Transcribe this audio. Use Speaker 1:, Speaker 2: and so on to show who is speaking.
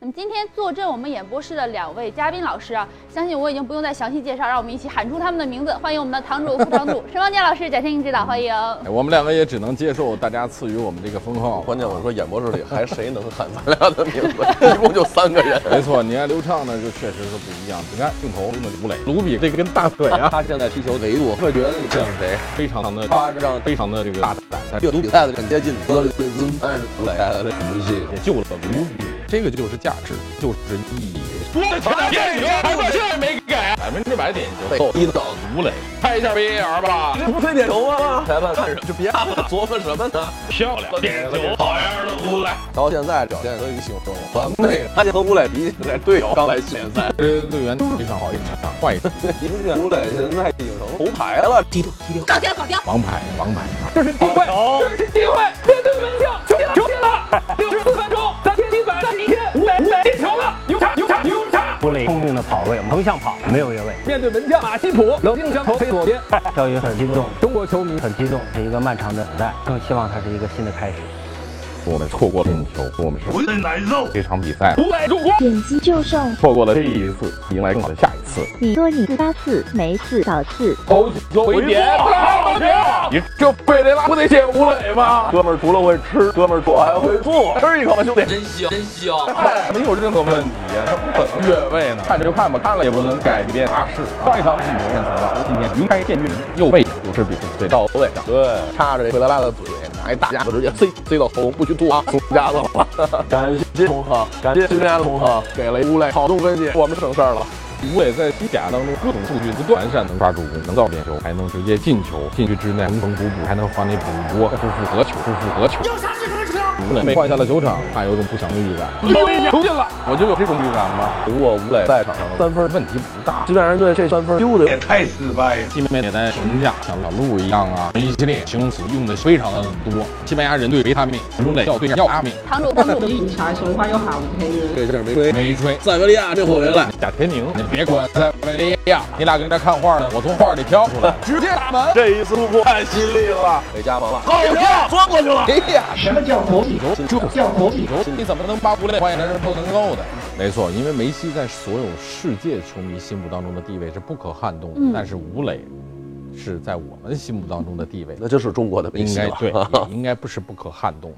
Speaker 1: 那么今天坐镇我们演播室的两位嘉宾老师啊，相信我已经不用再详细介绍，让我们一起喊出他们的名字，欢迎我们的堂主、副堂主申方健老师、贾天颖指导，欢迎。
Speaker 2: 哎我们两个也只能接受大家赐予我们这个封号。
Speaker 3: 关键我说演播室里还谁能喊咱俩的名字？一共就三个人。
Speaker 2: 没错，你看刘畅呢，就确实是不一样。你看镜头用的吴磊，
Speaker 4: 卢比这根大腿啊，
Speaker 3: 他现在踢球维度，我觉得你像谁？
Speaker 4: 非常的
Speaker 3: 巴掌
Speaker 4: 非常的这个大胆，但
Speaker 3: 阅读比赛的很接近，德里克森但是出来的不是
Speaker 4: 也救了卢比。这个就是价值，就是意义。我的天哪，点球还到现在没啊给，百分之百点
Speaker 3: 被
Speaker 4: 球，
Speaker 3: 逼到
Speaker 4: 吴磊拍一下 VAR 吧，
Speaker 3: 这不推点球吗？裁判看着就别了，琢磨什么呢？
Speaker 4: 漂亮，点球，好样的吴磊。
Speaker 3: 到现在表现可以形容完美。他就和吴磊比起来，队友刚来联 赛，
Speaker 2: 这队员非常好，一场换一个
Speaker 3: 一个吴磊现在已经成头牌了。低调低调，
Speaker 2: 王牌，王牌。
Speaker 5: 吴磊聪明的跑位，横向跑，没有越位。 面对门将马西普，冷静将头飞左边，赵云很激动，中国球迷很激动，是一个漫长的等待，更希望它是一个新的开始。
Speaker 2: 我们错过了进球，我们是浑身难受。这场比赛
Speaker 6: 点击就送，
Speaker 2: 错过了这一次，迎来更好的下一次。
Speaker 6: 你多你四八次没四少次。
Speaker 2: 回点，大点，你这贝雷拉不得写吴磊吗？
Speaker 3: 哥们儿除了会吃，哥们儿我还会做，吃一口吧，兄弟。
Speaker 2: 哎没有任何问题，啊他不可能越位呢。看着就看吧，看了也不能改变大势。上一场是你们认识了，今天应该见面又被不是比对到。
Speaker 3: 到位的，对，插着这贝拉拉的嘴，拿一大夹子直接塞塞到喉咙，不许吐啊，松夹子了。感谢同行，感谢身边的同行，给了吴磊好东分析，我们省事儿了。
Speaker 2: 吴磊在西甲当中各种数据不断完善，能抓住能造点球，还能直接进球，禁区之内缝缝补补，还能防你补锅，夫复合球，夫复合球。有啥事能吴磊被换下了球场，他有一种不祥的预感。球进了，我就有这种预感吗？
Speaker 3: 如果吴磊在场上，
Speaker 2: 三分问题不大，
Speaker 3: 西班牙人队这三分丢的
Speaker 4: 西班牙也在评价像小鹿一样啊，一系列形容词用的非常的多。西班牙人对维他命，吴磊要对象要阿命，
Speaker 1: 堂主、堂主，
Speaker 7: 绿茶雄花又好无黑日。
Speaker 3: 这事儿没吹。
Speaker 4: 没吹。
Speaker 3: 塞维利亚这回来，
Speaker 4: 贾天宁，你别管塞维利亚，你俩跟那看画呢，我从画里飘出来，直接打门。
Speaker 3: 这一次突破太犀利了，给加盟了，好球，钻过去了。哎呀，
Speaker 7: 什么叫国际
Speaker 4: 球这
Speaker 7: 叫国际
Speaker 4: 你怎么能把吴磊换下来是不能够的？
Speaker 2: 没错，因为梅西在所有世界球迷心目当中的地位是不可撼动的，
Speaker 1: 嗯
Speaker 2: 但是吴磊是在我们心目当中的地位，
Speaker 3: 那就是中国的梅
Speaker 2: 应
Speaker 3: 西
Speaker 2: 该
Speaker 3: 了。
Speaker 2: 对，也应该不是不可撼动的。